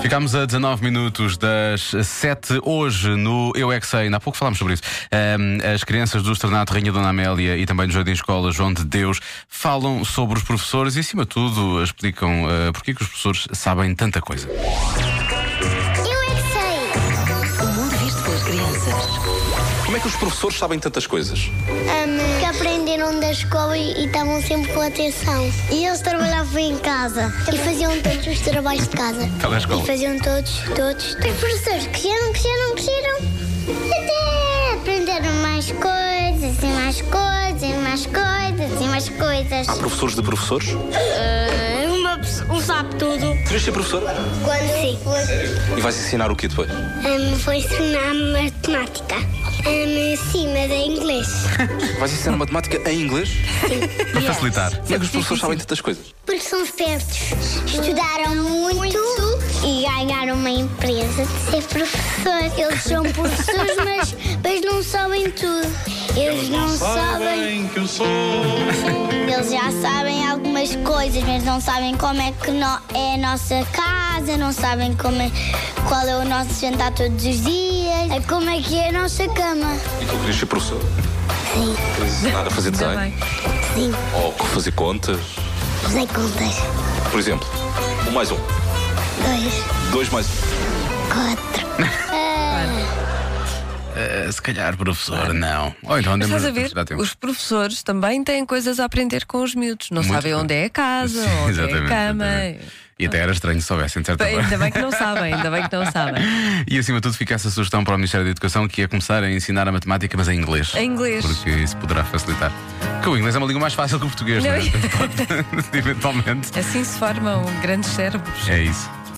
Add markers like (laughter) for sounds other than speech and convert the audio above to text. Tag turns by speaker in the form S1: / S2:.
S1: Ficámos a 19 minutos das 7 hoje no Eu é que Sei, ainda há pouco falámos sobre isso. Ahm, as crianças do Externato Rainha Dona Amélia e também do Jardim Escola João de Deus falam sobre os professores e, acima de tudo, explicam ah, porque é que os professores sabem tanta coisa.
S2: Eu é que sei!
S3: O mundo visto pelas crianças.
S4: Como é que os professores sabem tantas coisas?
S2: que aprenderam da escola e e estavam sempre com atenção. E eles trabalhavam em casa e faziam todos os trabalhos de casa.
S1: Cada escola.
S2: E faziam todos, todos. Os professores cresceram, cresceram, cresceram. Até aprenderam mais coisas e mais coisas e mais coisas e mais coisas.
S4: Há professores de professores?
S2: um sabe tudo.
S4: Querias ser professor?
S2: Quando Sim.
S4: E vais ensinar o quê depois?
S2: Um, foi ensinar matemática. Um, sim, mas em inglês.
S4: Vais
S2: (laughs)
S4: ensinar matemática em inglês?
S1: Para facilitar.
S4: Como é que os professores sabem tantas coisas?
S2: Porque são espertos. Estudaram muito, e ganharam uma empresa de ser professor. Eles são professores, mas, mas não sabem tudo. Eles não sabem.
S5: que eu sou.
S2: Eles já sabem algumas coisas, mas não sabem como é que no- é a nossa casa, não sabem como é, qual é o nosso jantar todos os dias, é como é que é a nossa cama.
S4: E tu querias ser professor? Querias ensinar a fazer
S1: é
S4: design?
S2: Sim,
S4: Ou fazer contas?
S2: usei contas.
S4: Por exemplo, um mais um,
S2: Dois,
S4: dois mais um.
S2: quatro.
S1: Ah, se calhar, professor, não. Ou então
S6: Mas
S1: demos-
S6: estás a ver?
S1: dá tempo.
S6: Os professores também têm coisas a aprender com os miúdos. Não
S1: Muito
S6: sabem
S1: bem.
S6: onde é a
S1: (laughs)
S6: casa,
S1: Sim,
S6: onde é a cama.
S1: exatamente. E até era estranho se soubessem, de certa
S6: Bem,
S1: forma.
S6: ainda bem que não sabem, ainda bem que não sabem.
S1: E acima de tudo fica essa sugestão para o Ministério da Educação que é começar a ensinar a matemática, mas em inglês.
S6: Em inglês.
S1: Porque isso poderá facilitar. Porque o inglês é uma língua mais (laughs) fácil que o português,
S6: Não
S1: não é?
S6: é?
S1: Eventualmente.
S6: um Assim se formam grandes cérebros.
S1: É isso.